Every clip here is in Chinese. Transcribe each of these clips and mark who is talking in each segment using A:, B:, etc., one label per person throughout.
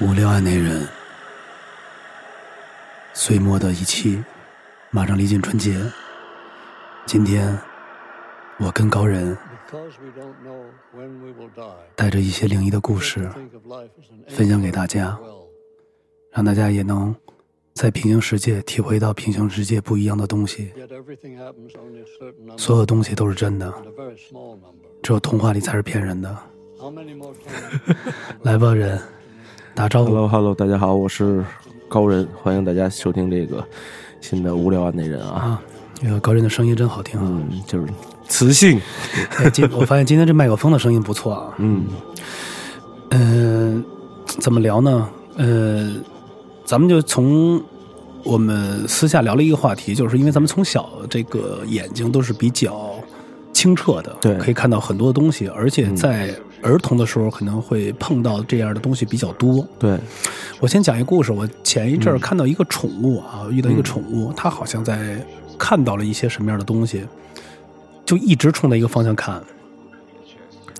A: 五六案内人，岁末的一期，马上临近春节。今天，我跟高人
B: Because we don't know when we will die.
A: 带着一些灵异的故事，分享给大家，让大家也能在平行世界体会到平行世界不一样的东西。所有东西都是真的，只有童话里才是骗人的。 来吧，人，打招
C: h e l
A: 呼。
C: l o h e l l o 大家好，我是高人，欢迎大家收听这个新的无聊案内人啊，
A: 啊，那个高人的声音真好听啊！
C: 嗯，就是磁性，
A: 哎，今 我发现今天这麦克风的声音不错啊。
C: 嗯，
A: 嗯，怎么聊呢？呃，咱们就从我们私下聊了一个话题，就是因为咱们从小这个眼睛都是比较清澈的，
C: 对
A: 可以看到很多东西，而且在儿童的时候可能会碰到这样的东西比较多。
C: 对，
A: 我先讲一个故事，我前一阵
C: 嗯
A: 儿看到一个宠物啊，遇到一个宠物，它好像在看到了一些什么样的东西，就一直冲着一个方向看，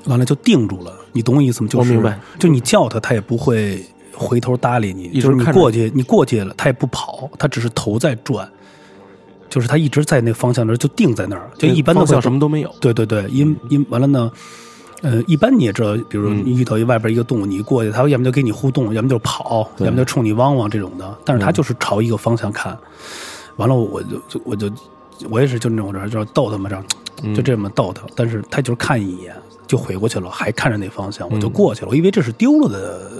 A: 完了就定住了。你懂我意思吗？就
C: 我
A: 是
C: 明白
A: 就你叫它，它也不会回头搭理你，
C: 一直
A: 就是你
C: 看着
A: 过去，你过去了，它也不跑，它只是头在转，就是它一直在那方向那儿就定在那儿，就一般都
C: 方
A: 会
C: 向什么都没有，
A: 对对对，因因完了呢，呃，一般你也知道，比
C: 嗯
A: 如你遇到一外边一个动物，你过去，它要么就跟你互动，要么就跑，要
C: 对嗯
A: 么就冲你汪汪这种的，但是它就是朝一个方向看。完了，我就就我就我也是就那种人，就是逗它嘛，这
C: 嗯
A: 样就这么逗它，但是它就是看一眼就回过去了，还看着那方
C: 嗯
A: 向，我就过去了，我以为这是丢了的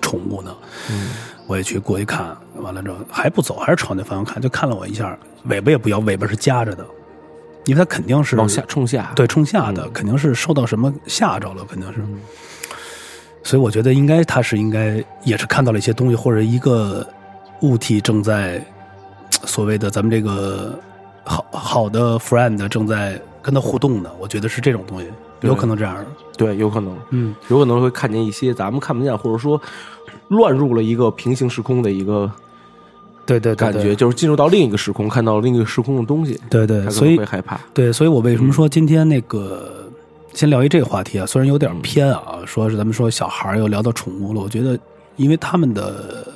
A: 宠物呢。
C: 嗯
A: 我也去过去看，完了之后还不走，还是朝那方向看，就看了我一下，尾巴也不摇，尾巴是夹着的，因为它肯定是
C: 往下冲下，
A: 对，冲下
C: 嗯
A: 的，肯定是受到什么吓着了，肯定是。所以我觉得应该他是应该也是看到了一些东西，或者一个物体正在嘖所谓的咱们这个好好的 friend 正在跟他互动的，我觉得是这种东西，有可能这样的。
C: 对，有可能，
A: 嗯，
C: 有可能会看见一些咱们看不见，或者说乱入了一个平行时空的一个
A: 对对
C: 感觉，，就是进入到另一个时空，看到另一个时空的东西，
A: 对
C: 他
A: 对，
C: 可
A: 所
C: 能
A: 以
C: 会害怕，
A: 对，所以我为
C: 嗯
A: 什么说今天那个、先聊一这个话题啊？虽然有点
C: 嗯
A: 偏啊，说是咱们说小孩儿又聊到宠物了，我觉得因为他们的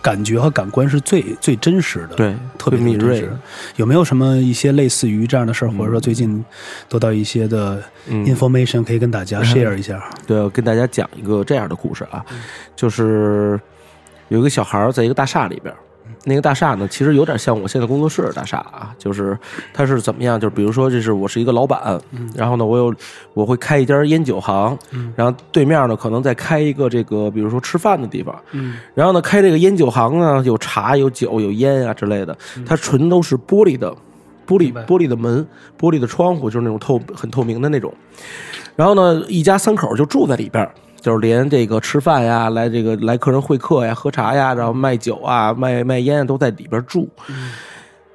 A: 感觉和感官是最最真实的，
C: 对
A: 特别
C: 最敏
A: 真
C: 锐
A: 实。有没有什么一些类似于这样的事儿，或者说最
C: 嗯
A: 近得到一些的 information 可以跟大
C: 嗯
A: 家 share 一下？
C: 对，我跟大家讲一个这样的故事啊，就是有一个小孩儿在一个大厦里边儿，那个大厦呢，其实有点像我现在工作室的大厦啊，就是它是怎么样？就是比如说，这是我是一个老板，
A: 嗯
C: 然后呢，我有我会开一家烟酒行，然后对面呢可能再开一个这个，比如说吃饭的地方，
A: 嗯
C: 然后呢开这个烟酒行呢，有茶有酒有烟啊之类的，它纯都是玻璃的。玻
A: 嗯
C: 璃
A: 明白
C: 玻璃的门，玻璃的窗户，就是那种透很透明的那种。然后呢，一家三口就住在里边儿，就是连这个吃饭呀，来这个来客人会客呀、喝茶呀，然后卖酒啊、卖卖烟啊都在里边住。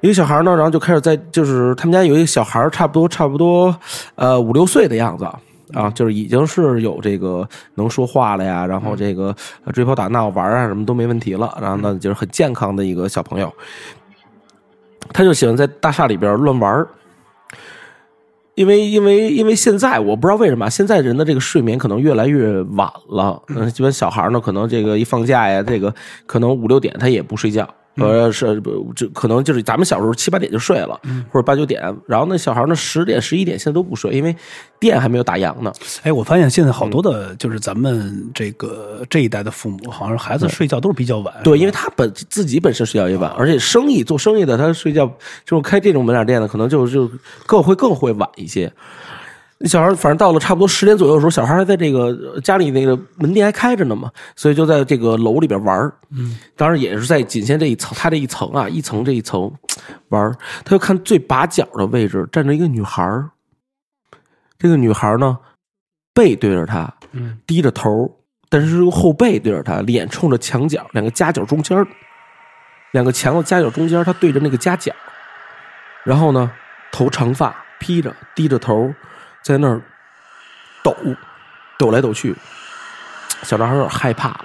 C: 一个小孩呢，然后就开始在，就是他们家有一个小孩，差不多差不多，呃，五六岁的样子啊，就是已经是有这个能说话了呀，然后这个呃追跑打闹玩啊什么都没问题了，然后呢就是很健康的一个小朋友，他就喜欢在大厦里边乱玩儿。因为因为因为现在我不知道为什么啊现在人的这个睡眠可能越来越晚了，嗯，基本小孩呢可能这个一放假呀，这个可能五六点他也不睡觉。呃，是不这可能就是咱们小时候七八点就睡了，或者八九点，然后那小孩呢十点十一点现在都不睡，因为电还没有打烊呢。
A: 哎，我发现现在好多
C: 嗯
A: 的，就是咱们这个这一代的父母，好像孩子睡觉都是比较晚。
C: 嗯对，因为他本自己本身睡觉也晚，而且生意做生意的，他睡觉就是开这种门脸店的，可能就就更会更会晚一些。那小孩儿反正到了差不多十点左右的时候，小孩儿还在这个呃家里那个门店还开着呢嘛，所以就在这个楼里边玩儿。嗯，当然也是在仅限这一层，他这一层啊，一层这一层玩儿。他就看最把角的位置站着一个女孩儿，这个女孩儿呢背对着他，
A: 嗯，
C: 低着头，但是用后背对着他，脸冲着墙角，两个夹角中间儿，两个墙的夹角中间儿，他对着那个夹角，然后呢，头长发披着，低着头，在那儿抖，抖来抖去，小男孩有点害怕了。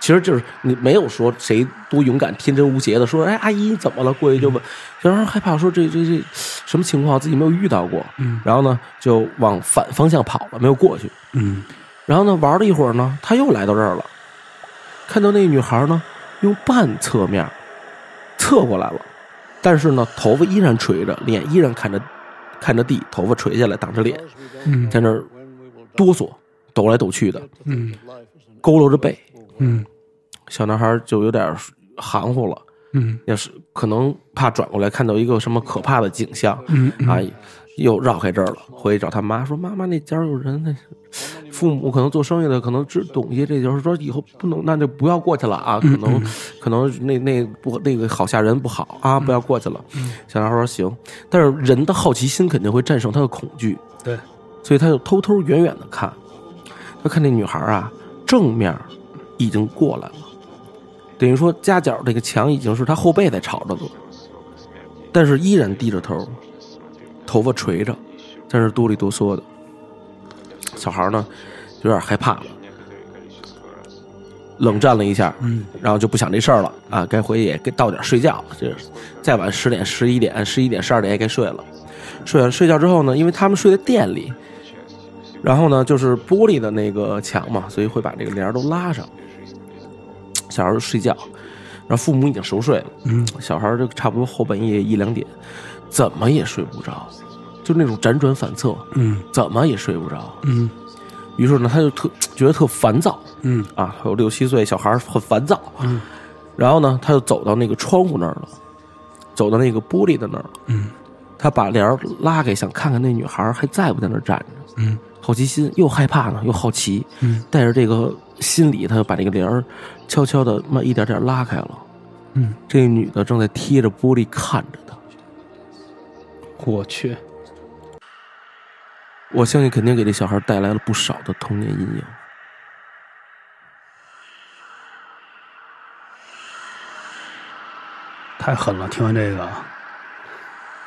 C: 其实就是你没有说谁多勇敢、天真无邪的说，哎，阿姨你怎么了？过去就问，小男孩害怕说这这这什么情况，自己没有遇到过。
A: 嗯
C: 然后呢，就往反方向跑了，没有过去。
A: 嗯
C: 然后呢，玩了一会儿呢，他又来到这儿了，看到那女孩呢，用半侧面侧过来了，但是呢，头发依然垂着，脸依然看着看着地，头发垂下来挡着脸，
A: 嗯
C: 在那儿
B: when we will die.
C: 哆嗦，抖来抖去的，
A: 嗯
B: Life is an
C: 佝偻着背。
A: 嗯
C: 小男孩就有点含糊了，
A: 嗯
C: 要是可能怕转过来看到一个什么可怕的景象，
A: 嗯嗯
C: 啊，又绕开这儿了，回去找他妈说：“妈妈，那家有人，那父母可能做生意的，可能只懂一些这，就是说以后不能，那就不要过去了啊，可
A: 嗯
C: 能可能那那不那个好吓人不好啊，
A: 嗯
C: 不要过去了。”小男孩说：“行。”但是人的好奇心肯定会战胜他的恐惧，
A: 对，
C: 所以他就偷偷远远的看，他看那女孩啊，正面已经过来了，等于说夹角这个墙已经是他后背在朝着了，但是依然低着头，头发垂着，在那哆里哆嗦的。小孩呢，有点害怕了，冷战了一下，嗯，然后就不想这事儿了啊，该回去也该到点睡觉，这再晚十点、十一点、十一点、十二点也该睡了。睡完睡觉之后呢，因为他们睡在店里，然后呢就是玻璃的那个墙嘛，所以会把这个帘儿都拉上。小孩儿睡觉，然后父母已经熟睡了，
A: 嗯，
C: 小孩儿就差不多后半夜一两点，怎么也睡不着，就那种辗转反侧，
A: 嗯
C: 怎么也睡不着。
A: 嗯
C: 于是呢，他就特觉得特烦躁
A: 嗯
C: 啊，还有六七岁小孩儿很烦躁。嗯，然后呢，他就走到那个窗户那儿了，走到那个玻璃的那儿了。
A: 嗯，
C: 他把帘儿拉开，想看看那女孩儿还在不在那儿站着。
A: 嗯
C: 好奇心又害怕呢，又好奇，
A: 嗯
C: 带着这个心理，他就把这个帘儿悄悄的慢一点点拉开了。
A: 嗯，
C: 这女的正在贴着玻璃看着他，
A: 我去，
C: 我相信肯定给这小孩带来了不少的童年阴影。
A: 太狠了！听完这个，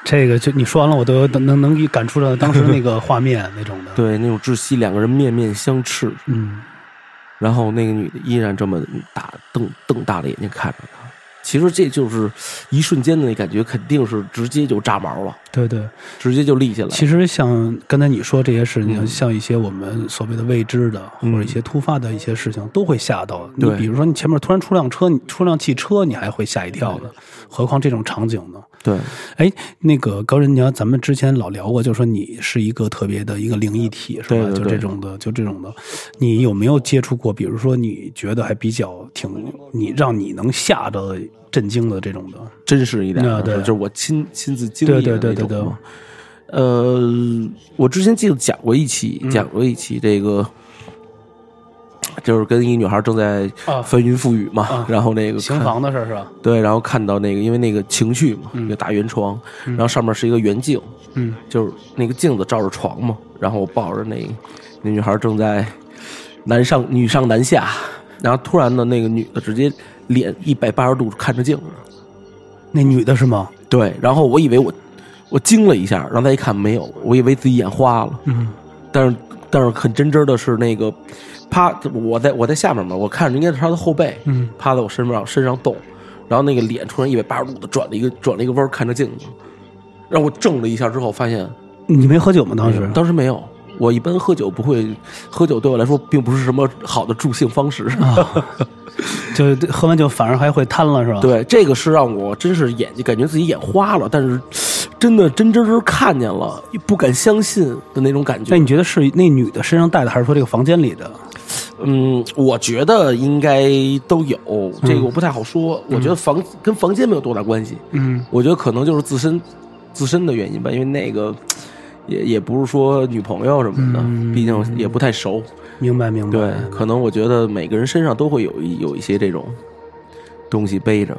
A: 这个就你说完了，我都有能能能感触到当时那个画面那种的。，
C: 对，那种窒息，两个人面面相视，
A: 嗯
C: 然后那个女的依然这么大瞪瞪大了眼睛看着他。其实这就是一瞬间的那感觉，肯定是直接就炸毛了，
A: 对对。
C: 直接就立起来了。
A: 其实像刚才你说这些事情，
C: 嗯
A: 像一些我们所谓的未知的，或
C: 嗯
A: 者一些突发的一些事情，都会吓到你
C: 对。
A: 比如说，你前面突然出辆车，你出辆汽车，你还会吓一跳呢，何况这种场景呢？
C: 对，
A: 哎，那个高人，你要咱们之前老聊过，就说你是一个特别的一个灵异体，是吧？
C: 对对对
A: 就这种的，就这种的，你有没有接触过？比如说，你觉得还比较挺你让你能吓着震惊的这种的？
C: 真实一点的
A: 啊
C: 事儿，
A: 对
C: 就是我亲亲自经历的
A: 对对对
C: 那
A: 对
C: 种
A: 对
C: 嘛。呃，我之前记得讲过一期，讲过一期这个，就是跟一女孩正在
A: 啊
C: 翻云覆雨嘛，
A: 啊
C: 然后那个
A: 刑
C: 看
A: 房的事儿是吧？
C: 对，然后看到那个，因为那个情绪嘛，一个大圆床，然后上面是一个圆镜，
A: 嗯，
C: 就是那个镜子照着床嘛，然后我抱着那那女孩正在男上女上男下，然后突然呢，那个女的直接脸一百八十度看着镜子，
A: 那女的是吗？
C: 对，然后我以为我我惊了一下，然后再一看没有，我以为自己眼花了，
A: 嗯
C: 但是但是很真真的是那个趴，我在我在下面嘛，我看着应该是她的后背，
A: 嗯，
C: 趴在我身上身上动，然后那个脸突然一百八十度的转了一个转了一个弯儿，看着镜子，让我怔了一下之后，发现
A: 你没喝酒吗？当时？
C: 当时没有。我一般喝酒不会，喝酒对我来说并不是什么好的助兴方式。
A: 啊就喝完酒反而还会贪了是吧？，
C: 对，这个是让我真是眼睛感觉自己眼花了，但是真的真真真看见了，不敢相信的那种感
A: 那
C: 觉。
A: 你觉得是那女的身上带的，还是说这个房间里的？
C: 嗯，我觉得应该都有，这个我不太好说。我觉得房跟房间没有多大关系，
A: 嗯
C: 我觉得可能就是自身自身的原因吧，因为那个也也不是说女朋友什么的，
A: 嗯
C: 毕竟也不太熟。
A: 明白明白。
C: 对，可能我觉得每个人身上都会有一有一些这种东西背着。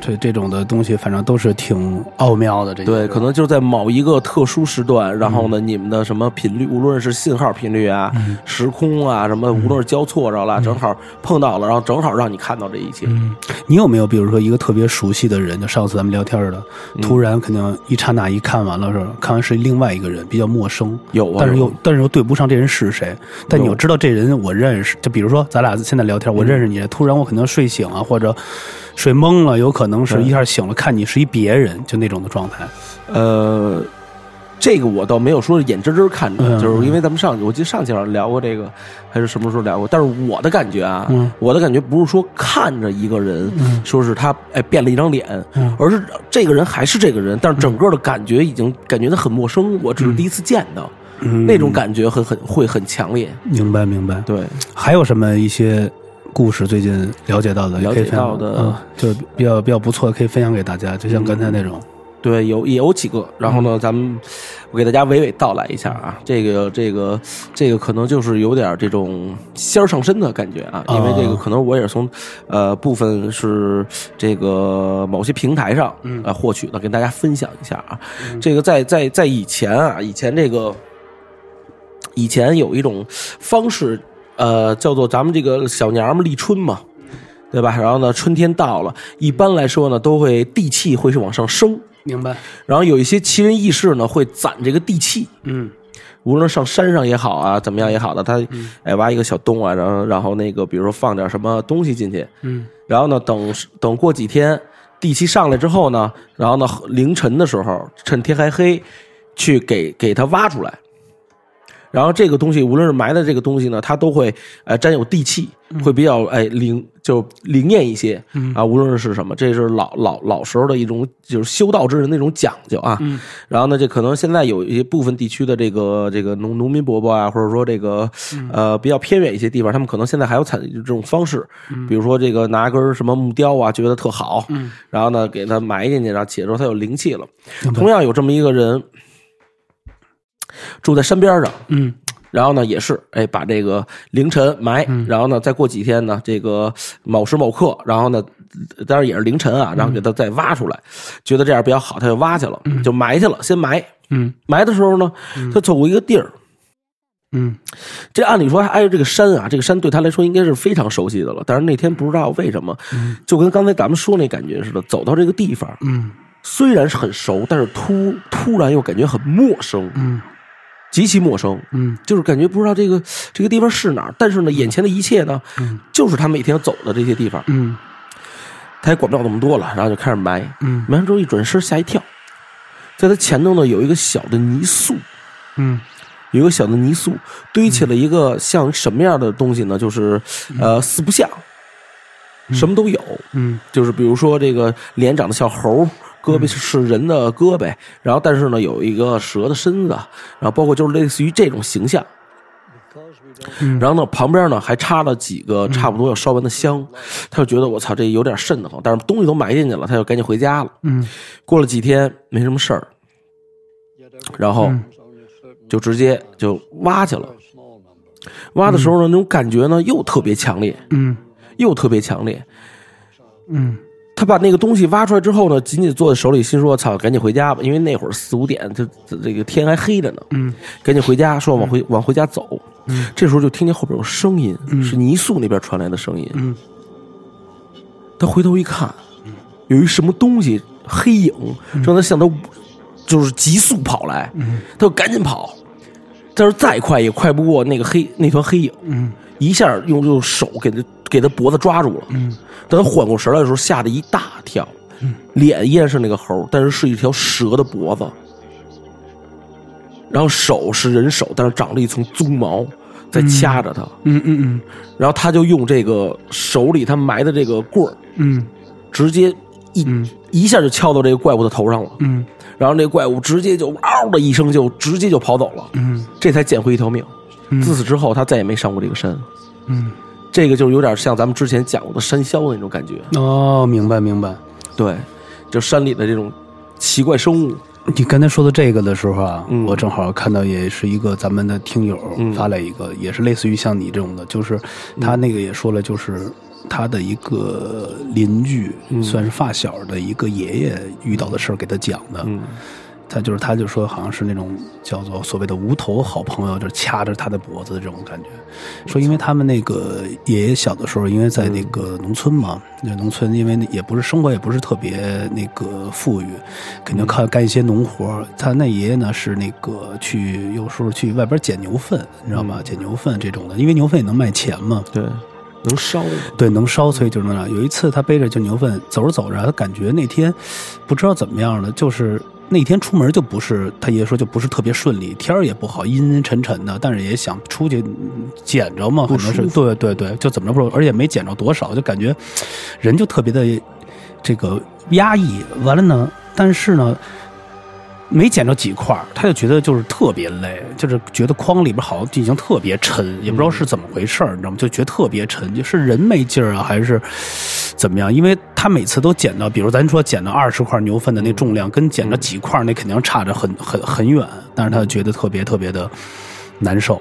A: 这这种的东西，反正都是挺奥妙的。这些
C: 对，可能就在某一个特殊时段，然后呢，
A: 嗯
C: 你们的什么频率，无论是信号频率啊、时空啊什么的，无论是交错着了，正好碰到了，然后正好让你看到这一切。
A: 嗯，你有没有比如说一个特别熟悉的人，就上次咱们聊天的，
C: 嗯
A: 突然肯定一刹那一看完了是吧看完是另外一个人，比较陌生，
C: 有啊
A: 但是
C: 有
A: 又但是又对不上这人是谁，但你
C: 有嗯
A: 又知道这人我认识，就比如说咱俩现在聊天，我认识你，突然我可能睡醒啊，或者睡懵了，有可能是一下醒了，看你是一别人，就那种的状态。
C: 呃，这个我倒没有说眼睁睁看着，
A: 嗯
C: 就是因为咱们上，我记得上期好像聊过这个，还是什么时候聊过。但是我的感觉啊，
A: 嗯
C: 我的感觉不是说看着一个人，说是他哎变了一张脸，
A: 嗯
C: 而是这个人还是这个人，但是整个的感觉已经感觉他很陌生，我只是第一次见到，
A: 嗯
C: 那种感觉很很会很强烈。
A: 明白明白。
C: 对，
A: 还有什么一些故事最近了解到的，也可以分享
C: 了解到的
A: 嗯，就比较比较不错，可以分享给大家。就像刚才那种，
C: 嗯对，有也有几个。然后呢，咱们我给大家娓娓道来一下啊，这个这个这个可能就是有点这种仙儿上身的感觉啊，因为这个
A: 啊
C: 可能我也是从呃部分是这个某些平台上啊获取的，跟大家分享一下啊。这个在在在以前啊，以前这个以前有一种方式，呃，叫做咱们这个小娘们立春嘛。对吧？然后呢，春天到了，一般来说呢，都会地气会是往上升，
A: 明白，
C: 然后有一些奇人异事呢，会攒这个地气，
A: 嗯，
C: 无论上山上也好啊，怎么样也好的，他哎挖一个小洞啊，然后然后那个比如说放点什么东西进去，
A: 嗯，
C: 然后呢等等过几天地气上来之后呢，然后呢凌晨的时候趁天还黑，去给给它挖出来。然后这个东西，无论是埋的这个东西呢，它都会呃沾有地气，会比较哎灵，就灵验一些、啊。无论是什么，这是老老老时候的一种，就是修道之人的一种讲究啊。然后呢，这可能现在有一些部分地区的这个这个农农民伯伯啊，或者说这个呃比较偏远一些地方，他们可能现在还有采这种方式，比如说这个拿根儿什么木雕啊，觉得特好，
A: 嗯
C: 然后呢给它埋进去，然后起来之后它有灵气了。同样有这么一个人住在山边上，
A: 嗯，
C: 然后呢，也是哎，把这个凌晨埋，然后呢，再过几天呢，这个某时某刻，然后呢，当然也是凌晨啊，然后给它再挖出来，觉得这样比较好，他就挖去了，就埋去了，先埋。
A: 嗯
C: 埋的时候呢，他走过一个地儿，
A: 嗯
C: 这按理说挨着这个山啊，这个山对他来说应该是非常熟悉的了，但是那天不知道为什么，就跟刚才咱们说那感觉似的，走到这个地方，
A: 嗯
C: 虽然是很熟，但是突突然又感觉很陌生，
A: 嗯
C: 极其陌生，
A: 嗯
C: 就是感觉不知道这个这个地方是哪儿，但是呢，眼前的一切呢，就是他每天走的这些地方，
A: 嗯
C: 他也管不了那么多了，然后就开始埋，
A: 嗯
C: 埋完之后一转身吓一跳，在他前头呢有一个小的泥塑，
A: 嗯
C: 有一个小的泥塑堆起了一个像什么样的东西呢？就是呃四不像，什么都有，
A: 嗯
C: 就是比如说这个脸长得像猴儿，胳膊是人的胳膊，然后但是呢有一个蛇的身子，然后包括就是类似于这种形象。
B: Because we don't
C: 然后呢，旁边呢还插了几个差不多要烧完的香，
A: Hmm.
C: 他就觉得我操，这有点瘆得慌。但是东西都埋进去了，他就赶紧回家了。
A: 嗯
C: 过了几天没什么事儿，
B: yet every
C: 然后
B: is only a certain
C: 就直接就挖去了。
B: small number.
C: 挖的时候呢，那种感觉呢又特别强烈，
A: 嗯
C: 又特别强烈。
A: 嗯
C: 他把那个东西挖出来之后呢，紧紧攥在手里，心说：“操，赶紧回家吧！”因为那会儿四五点，这这这个天还黑着呢。
A: 嗯，
C: 赶紧回家，说往回往回家走。嗯，这时候就听见后边有声音，是泥塑那边传来的声音。
A: 嗯，
C: 他回头一看，有一什么东西黑影
A: 嗯
C: 正在向他就是急速跑来，他就赶紧跑，但是再快也快不过那个黑那团黑影。
A: 嗯
C: 一下用用手给他给他脖子抓住了。嗯，等他缓过神来的时候，吓得一大跳。
A: 嗯
C: 脸依然是那个猴，但是是一条蛇的脖子，然后手是人手，但是长了一层鬃毛在掐着他。
A: 嗯嗯
C: 然后他就用这个手里他埋的这个棍儿，
A: 嗯
C: 直接一、一下就敲到这个怪物的头上了。
A: 嗯
C: 然后这怪物直接就嗷的一声就直接就跑走了。
A: 嗯
C: 这才捡回一条命。自此之后，他再也没上过这个山。
A: 嗯，
C: 这个就有点像咱们之前讲过的山魈的那种感觉。
A: 哦，明白明白。
C: 对，就山里的这种奇怪生物。
A: 你刚才说到这个的时候啊，
C: 嗯
A: 我正好看到也是一个咱们的听友
C: 嗯
A: 发来一个，也是类似于像你这种的，就是他那个也说了，就是他的一个邻居，
C: 嗯
A: 算是发小的一个爷爷遇到的事儿给他讲的。
C: 嗯
A: 他就是他就说好像是那种叫做所谓的无头好朋友，就是掐着他的脖子的这种感觉。说因为他们那个爷爷小的时候，因为在那个农村嘛，那农村因为也不是生活也不是特别那个富裕，肯定靠干一些农活儿。他那爷爷呢是那个去有时候去外边捡牛粪，你知道吗？捡牛粪这种的，因为牛粪也能卖钱嘛。
C: 对，能烧。
A: 对，能烧，所以就是那样。有一次他背着就牛粪走着走着，他感觉那天不知道怎么样了，就是那天出门就不是，他爷爷说就不是特别顺利，天儿也不好，阴阴沉沉的，但是也想出去嗯捡着嘛，可能是对对对，就怎么着不，而且没捡着多少，就感觉人就特别的这个压抑。完了呢，但是呢。没捡着几块儿，他就觉得就是特别累，就是觉得筐里边好像已经特别沉，也不知道是怎么回事儿，你知道吗？就觉得特别沉，就是人没劲儿啊，还是怎么样？因为他每次都捡到，比如咱说捡到二十块牛粪的那重量，跟捡着几块儿那肯定差着很很很远，但是他就觉得特别特别的难受。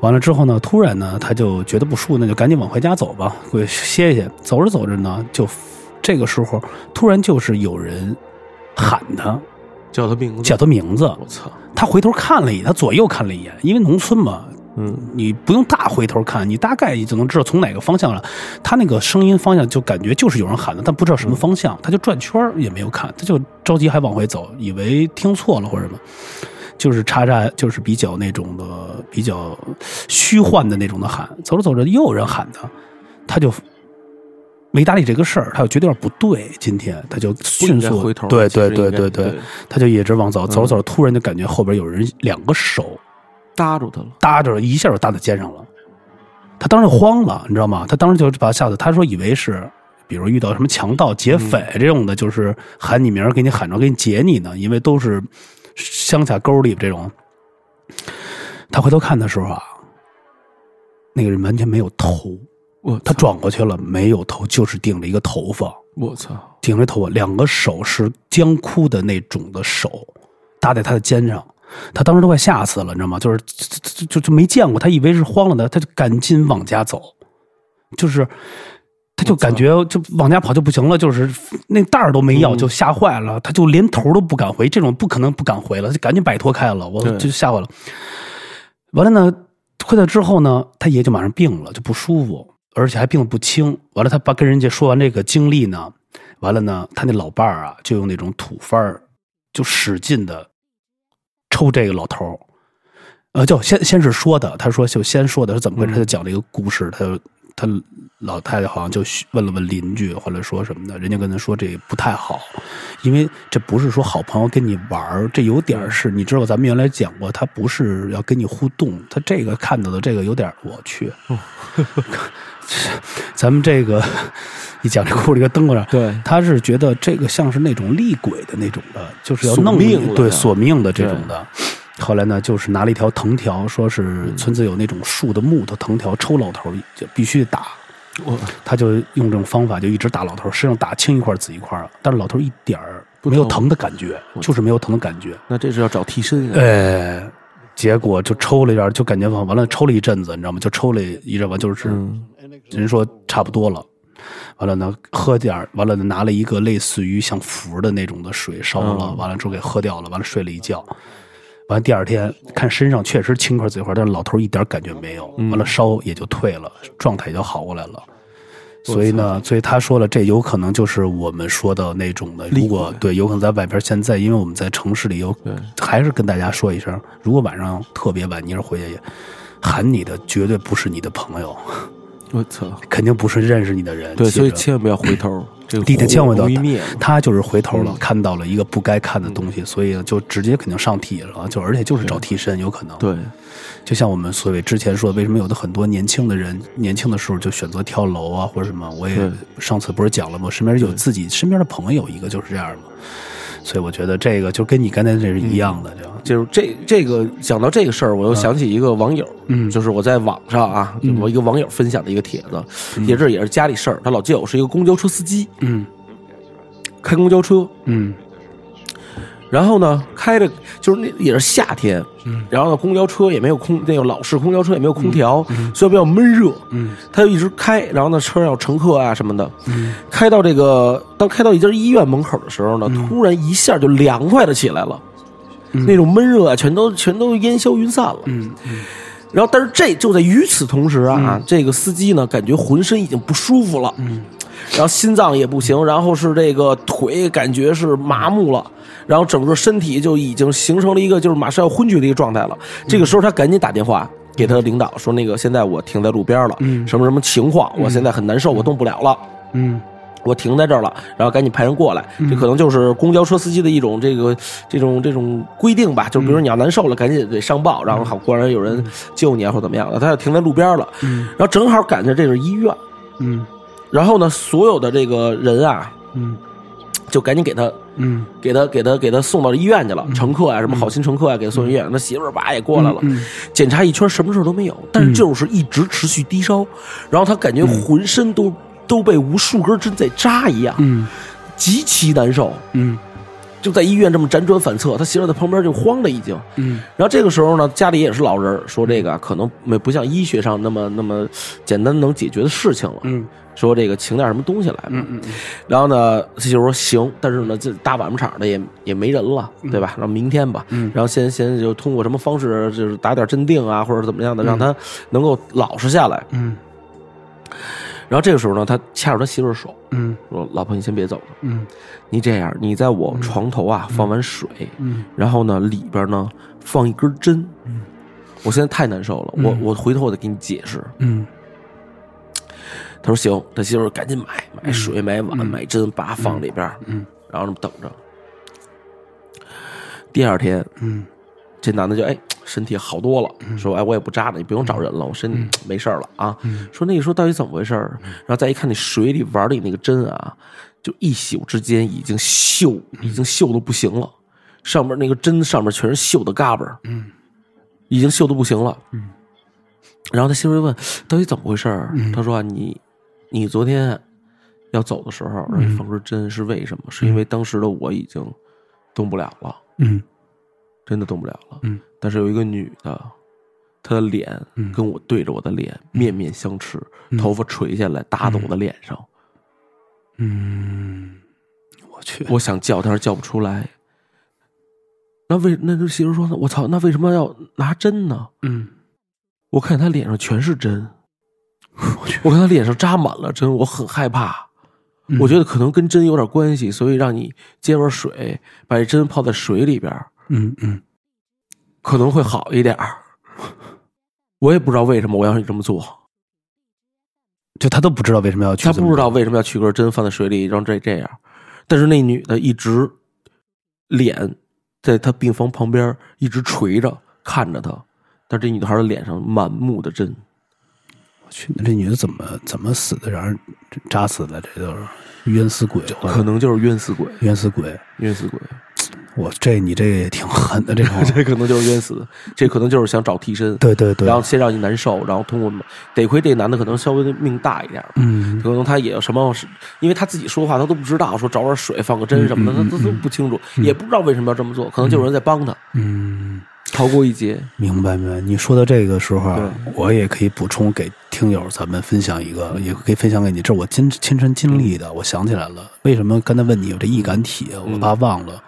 A: 完了之后呢，突然呢，他就觉得不舒服，那就赶紧往回家走吧，回去歇一歇。走着走着呢，就这个时候突然就是有人喊他。
C: 叫他名字，
A: 叫他名字，
C: 我操，
A: 他回头看了一眼，他左右看了一眼，因为农村嘛，
C: 嗯，
A: 你不用大回头看，你大概就能知道从哪个方向了。他那个声音方向就感觉就是有人喊的，但不知道什么方向，他就转圈儿也没有看，他就着急还往回走，以为听错了或者什么。就是叉叉，就是比较那种的，比较虚幻的那种的喊。走着走着，又有人喊他，他就没搭理这个事儿，他就觉得有点不对。今天他就
C: 不应
A: 迅
C: 该
A: 速
C: 回头，
A: 对对
C: 其实
A: 对
C: 应该
A: 对
C: 对，
A: 他就一直往走，走着走着，突然就感觉后边有人两个手
C: 搭住他了，
A: 搭着，一下就搭在肩上了。他当时就慌了，你知道吗？他当时就把他吓得，他说以为是，比如遇到什么强盗、劫匪这种的，就是喊你名儿给你喊着，给你劫你呢，因为都是乡下沟里这种。他回头看的时候啊，那个人完全没有头，
C: 我
A: 他
C: 操，
A: 转过去了，没有头，就是顶着一个头发。
C: 我操，
A: 顶着头发，啊两个手是僵枯的那种的手，搭在他的肩上。他当时都快吓死了，你知道吗？就是就就就没见过，他以为是慌了的，他就赶紧往家走，就是他就感觉就往家跑就不行了，就是那袋儿都没要，就吓坏了，他就连头都不敢回，这种不可能不敢回了，他就赶紧摆脱开了，我
C: 对
A: 就吓坏了。完了呢，回来之后呢，他爷就马上病了，就不舒服，而且还病得不轻。完了，他爸跟人家说完这个经历呢，完了呢，他那老伴儿啊，就用那种土法儿，就使劲的抽这个老头儿。呃，就先先是说的，他说就先说的是怎么回事，他就讲了一个故事，他就他老太太好像就问了问邻居，或者说什么的，人家跟他说这不太好，因为这不是说好朋友跟你玩儿，这有点儿是，你知道咱们原来讲过，他不是要跟你互动，他这个看到的这个有点儿，我去， 咱们这个 一讲这故事，这个灯过上，
C: 对
A: 他是觉得这个像是那种厉鬼的那种的，就是要
C: 索
A: 弄
C: 命
A: 你
C: 了
A: 对
C: 呀
A: 索命的这种的。后来呢，就是拿了一条藤条，说是村子有那种树的木头藤条，抽老头儿就必须打。
C: 我
A: 他就用这种方法就一直打老头儿，身上打青一块儿紫一块儿，但是老头儿一点儿没有疼的感觉，就是没有疼的感觉。
C: 那这是要找替身啊，
A: 呃，结果就抽了一下，就感觉完完了，抽了一阵子，你知道吗？就抽了一阵，完就是、
C: 嗯
A: 人说差不多了。完了呢，喝点儿，完了呢，拿了一个类似于像符的那种的水烧了，完了之后给喝掉了，完了睡了一觉。完了第二天看身上确实青块紫块，但是老头儿一点感觉没有，完了烧也就退了，状态也就好过来了。所以呢，所以他说了，这有可能就是我们说的那种的。如果对，有可能在外边现在，因为我们在城市里有，还是跟大家说一声，如果晚上特别晚，你是回去喊你的，绝对不是你的朋友，
C: 我操，
A: 肯定不是认识你的人。
C: 对，
A: 记着
C: 所以千万不要回头，这
A: 嗯
C: 个
A: 地铁千万不要
C: 容易
A: 打
C: 灭了，
A: 他就是回头了，看到了一个不该看的东西，所以呢就直接肯定上替了，就而且就是找替身，有可能。
C: 对，
A: 就像我们所谓之前说，为什么有的很多年轻的人年轻的时候就选择跳楼啊或者什么？我也
C: 对
A: 上次不是讲了吗？身边有自己身边的朋友有一个就是这样嘛，所以我觉得这个就跟你刚才这是一样的，就
C: 就是这这个讲到这个事儿，我又想起一个网友，嗯，就是我在网上啊，我一个网友分享的一个帖子，也是也是家里事儿，他老舅是一个公交车司机，
A: 嗯
C: 开公交车，
A: 嗯
C: 然后呢，开着就是那也是夏天，嗯，然后呢，公交车也没有空，那个老式公交车也没有空调，所以比较闷热，嗯，他就一直开，然后呢，车上有乘客啊什么的，嗯，开到这个当开到一家医院门口的时候呢，突然一下就凉快了起来了，那种闷热啊，全都全都烟消云散了，嗯。然后，但是这就在与此同时啊，这个司机呢，感觉浑身已经不舒服了，嗯，然后心脏也不行，然后是这个腿感觉是麻木了，然后整个身体就已经形成了一个就是马上要昏厥的一个状态了。这个时候他赶紧打电话给他的领导
A: 嗯
C: 说，那个现在我停在路边了，什么什么情况，我现在很难受，我动不了了。
A: 嗯
C: 我停在这儿了，然后赶紧派人过来。这可能就是公交车司机的一种这个这种这种规定吧，就比如说你要难受了，赶紧得上报，然后好果然有人救你啊，或怎么样的。他就停在路边了，
A: 嗯
C: 然后正好赶上这是医院，
A: 嗯
C: 然后呢，所有的这个人啊，
A: 嗯
C: 就赶紧给他
A: 嗯，
C: 给他给他给他送到医院去了，乘客啊，什么好心乘客啊，给他送医院。那媳妇儿吧也过来了，
A: 嗯
C: 检查一圈什么事儿都没有，但是就是一直持续低烧，然后他感觉浑身都、都被无数根针在扎一样，
A: 嗯
C: 极其难受，
A: 嗯
C: 就在医院这么辗转反侧。他媳妇儿在旁边就慌了已经。
A: 嗯
C: 然后这个时候呢，家里也是老人儿，说这个啊可能没不像医学上那么那么简单能解决的事情了，
A: 嗯
C: 说这个请点什么东西来吧。
A: 嗯
C: 然后呢，他媳妇说行，但是呢，这大晚上场的也也没人了，对吧？然后明天吧，
A: 嗯
C: 然后先先就通过什么方式，就是打点镇定啊，或者怎么样的，让他能够老实下来。
A: 嗯
C: 然后这个时候呢，他掐住他媳妇儿手，
A: 嗯
C: 说：“老婆，你先别走了，
A: 嗯
C: 你这样，你在我床头啊、放碗水，
A: 嗯
C: 然后呢里边呢放一根针。我现在太难受了，我我回头我再给你解释。”
A: 嗯
C: 他说行，他媳妇儿赶紧买买水、买碗、买针，把它放里边儿，
A: 嗯
C: 然后这么等着。第二天，
A: 嗯
C: 这男的就哎身体好多了，说哎我也不扎了，你不用找人了，我身
A: 嗯
C: 体没事儿了啊。说那个说到底怎么回事儿？然后再一看那水里玩里那个针啊，就一宿之间已经锈，
A: 嗯
C: 已经锈的不行了，上面那个针上面全是锈的嘎巴儿，
A: 嗯
C: 已经锈的不行了。
A: 嗯，
C: 然后他媳妇儿就问到底怎么回事儿？
A: 嗯
C: 他说啊你你昨天要走的时候让你放
A: 嗯
C: 根针是为什么？是因为当时的我已经动不了了。
A: 嗯
C: 真的动不了了。
A: 嗯，
C: 但是有一个女的，她的脸
A: 嗯
C: 跟我对着我的脸、面面相持，头发垂下来搭到我的脸上。
A: 嗯，我去，
C: 我想叫，但是叫不出来。那为那这媳妇说呢？我操，那为什么要拿针呢？
A: 嗯
C: 我看她脸上全是针，我去，我看她脸上扎满了针，我很害怕。
A: 嗯
C: 我觉得可能跟针有点关系，所以让你接碗水，把这针泡在水里边儿，
A: 嗯嗯
C: 可能会好一点儿。 我也不知道为什么我要你这么做。
A: 就他都不知道为什么要去，
C: 他不知道为什么要取根针放在水里，让这这样。但是那女的一直脸在他病房旁边一直垂着看着他，但这女孩的脸上满目的针。
A: 我去，那这女的怎么怎么死的？让人扎死的，这都是冤死鬼，
C: 可能就是冤死鬼，
A: 冤死鬼。
C: 冤死鬼，
A: 我这你这也挺狠的，这种
C: 这可能就是冤死，这可能就是想找替身，
A: 对 对对
C: 然，后先让你难受，然后通过得亏这男的可能稍微命大一点，
A: 嗯
C: 可能他也有什么，因为他自己说话他都不知道，说找点水放个针什么的，他他都不清楚，也不知道为什么要这么做，可能就有人在帮他
A: 嗯，
C: 逃过一劫。
A: 明白明白。你说到这个时候啊，
C: 对
A: 我也可以补充给听友咱们分享一个，也可以分享给你，这是我亲亲身经历的。我想起来了，为什么刚才问你有这易感体？我怕忘了。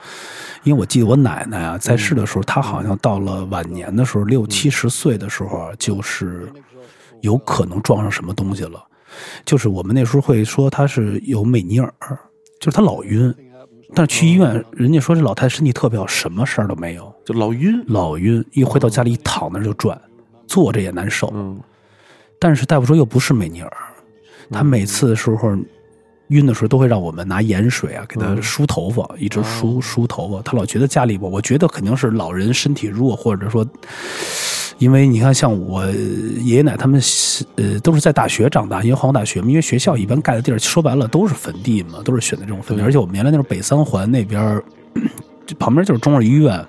A: 因为我记得我奶奶啊，在世的时候，她好像到了晚年的时候，六七十岁的时候啊，就是有可能撞上什么东西了。就是我们那时候会说她是有美尼尔，就是她老晕，但是去医院，人家说这老太太身体特别好，什么事儿都没有，
C: 就老晕。
A: 老晕，一回到家里一躺那儿就转，坐着也难受。
C: 嗯
A: 但是大夫说又不是美尼尔，他每次的时候晕的时候都会让我们拿盐水啊给他梳头发，一直梳梳头发。他老觉得家里吧，我觉得肯定是老人身体弱，或者说，因为你看像我爷爷奶他们呃都是在大学长大，因为皇后大学嘛，因为学校一般盖的地儿说白了都是坟地嘛，都是选的这种坟地，而且我们原来那时候北三环那边儿。这旁边就是中二医院，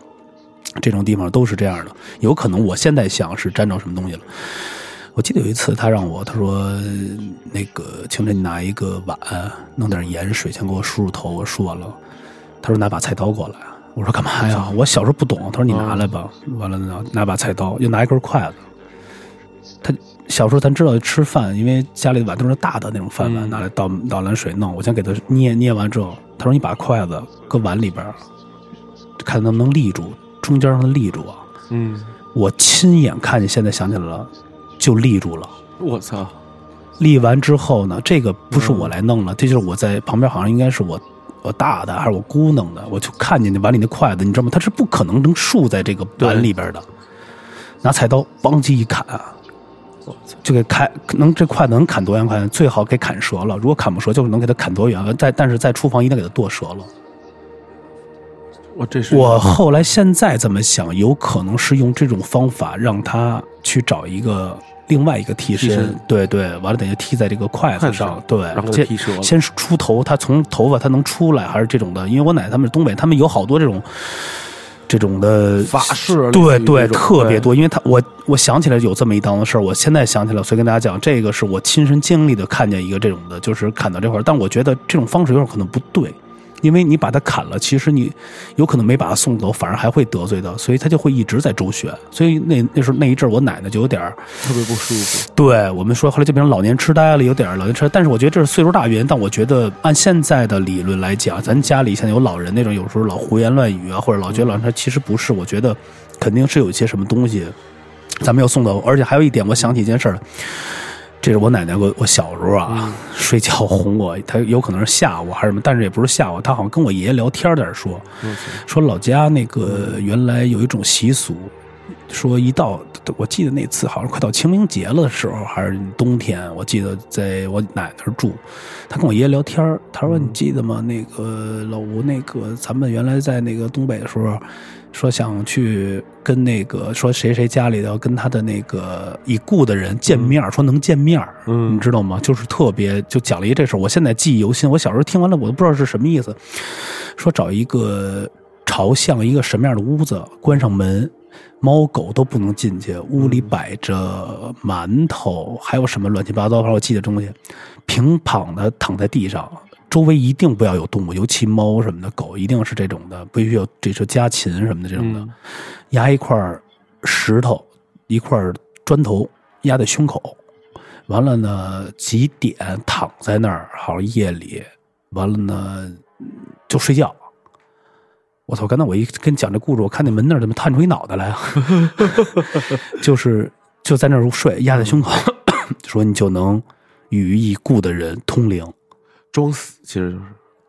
A: 这种地方都是这样的。有可能我现在想是沾着什么东西了。我记得有一次，他让我，他说那个清晨你拿一个碗，弄点盐水，先给我梳梳头。我梳完了，他说拿把菜刀过来。我说干嘛呀？我小时候不懂。他说你拿来吧。完了呢，拿把菜刀，又拿一根筷子。他小时候咱知道吃饭，因为家里的碗都是大的那种饭碗，拿来倒倒碗水弄。我先给他捏捏完之后，他说你把筷子搁碗里边儿，看能不能立住，中间让它立住啊。
C: 嗯，
A: 我亲眼看见，现在想起来了，就立住了。
C: 我操！
A: 立完之后呢，这个不是我来弄了，这就是我在旁边，好像应该是我我大的还是我姑弄的，我就看见那碗里那筷子，你知道吗？它是不可能能竖在这个碗里边的，拿菜刀梆叽一砍啊，就给砍，能这筷子能砍多远块，最好给砍折了。如果砍不折，就是能给它砍多远。在但是在厨房一定给它剁折了。
C: 我这是
A: 我后来现在这么想，有可能是用这种方法让他去找一个另外一个替
C: 替
A: 身
C: 身，
A: 对对，完了等于替在这个筷
C: 筷
A: 子
C: 子上
A: 上，对
C: 然后，
A: 先
C: 剃舌了
A: 先出头，他从头发他能出来，还是这种的？因为我奶奶他们是东北，他们有好多这种这种的
C: 法式
A: 对
C: 类似于
A: 对，
C: 这种
A: 特别多。因为他我我想起来有这么一档子事儿，我现在想起来，所以跟大家讲，这个是我亲身经历的，看见一个这种的，就是砍到这块儿，但我觉得这种方式有点可能不对。因为你把它砍了，其实你有可能没把它送走，反而还会得罪的，所以他就会一直在周旋。所以那那时候那一阵儿，我奶奶就有点儿
C: 特别不舒服。
A: 对我们说，后来就变成老年痴呆了，有点儿老年痴呆。但是我觉得这是岁数大原因。但我觉得按现在的理论来讲，咱家里现在有老人那种，有时候老胡言乱语啊，或者老觉得老人痴呆，其实不是。我觉得肯定是有一些什么东西，咱们要送走。而且还有一点，我想起一件事儿来，这是我奶奶，我我小时候啊，睡觉哄我，她有可能是吓我还是什么，但是也不是吓我，她好像跟我爷爷聊天儿在那儿说，说老家那个原来有一种习俗，说一到我记得那次好像快到清明节了的时候，还是冬天，我记得在我奶奶那儿住，她跟我爷爷聊天儿，她说你记得吗？那个老吴，那个咱们原来在那个东北的时候。说想去跟那个说谁谁家里的跟他的那个已故的人见面儿，说能见面儿，
C: 嗯
A: 你知道吗？就是特别就讲了一这事儿，我现在记忆犹新。我小时候听完了，我都不知道是什么意思。说找一个朝向一个什么样的屋子，关上门，猫狗都不能进去。屋里摆着馒头，还有什么乱七八糟，反正我记得东西，平躺的躺在地上。周围一定不要有动物，尤其猫什么的，狗一定是这种的，不允许有这是家禽什么的这种的。
C: 嗯
A: 压一块儿石头，一块儿砖头压在胸口，完了呢，几点躺在那儿，好像夜里，完了呢嗯就睡觉。我操！刚才我一跟你讲这故事，我看那门那儿怎么探出一脑袋来啊？就是就在那儿睡，压在胸口， 说你就能与已故的人通灵。
C: 装死其实就是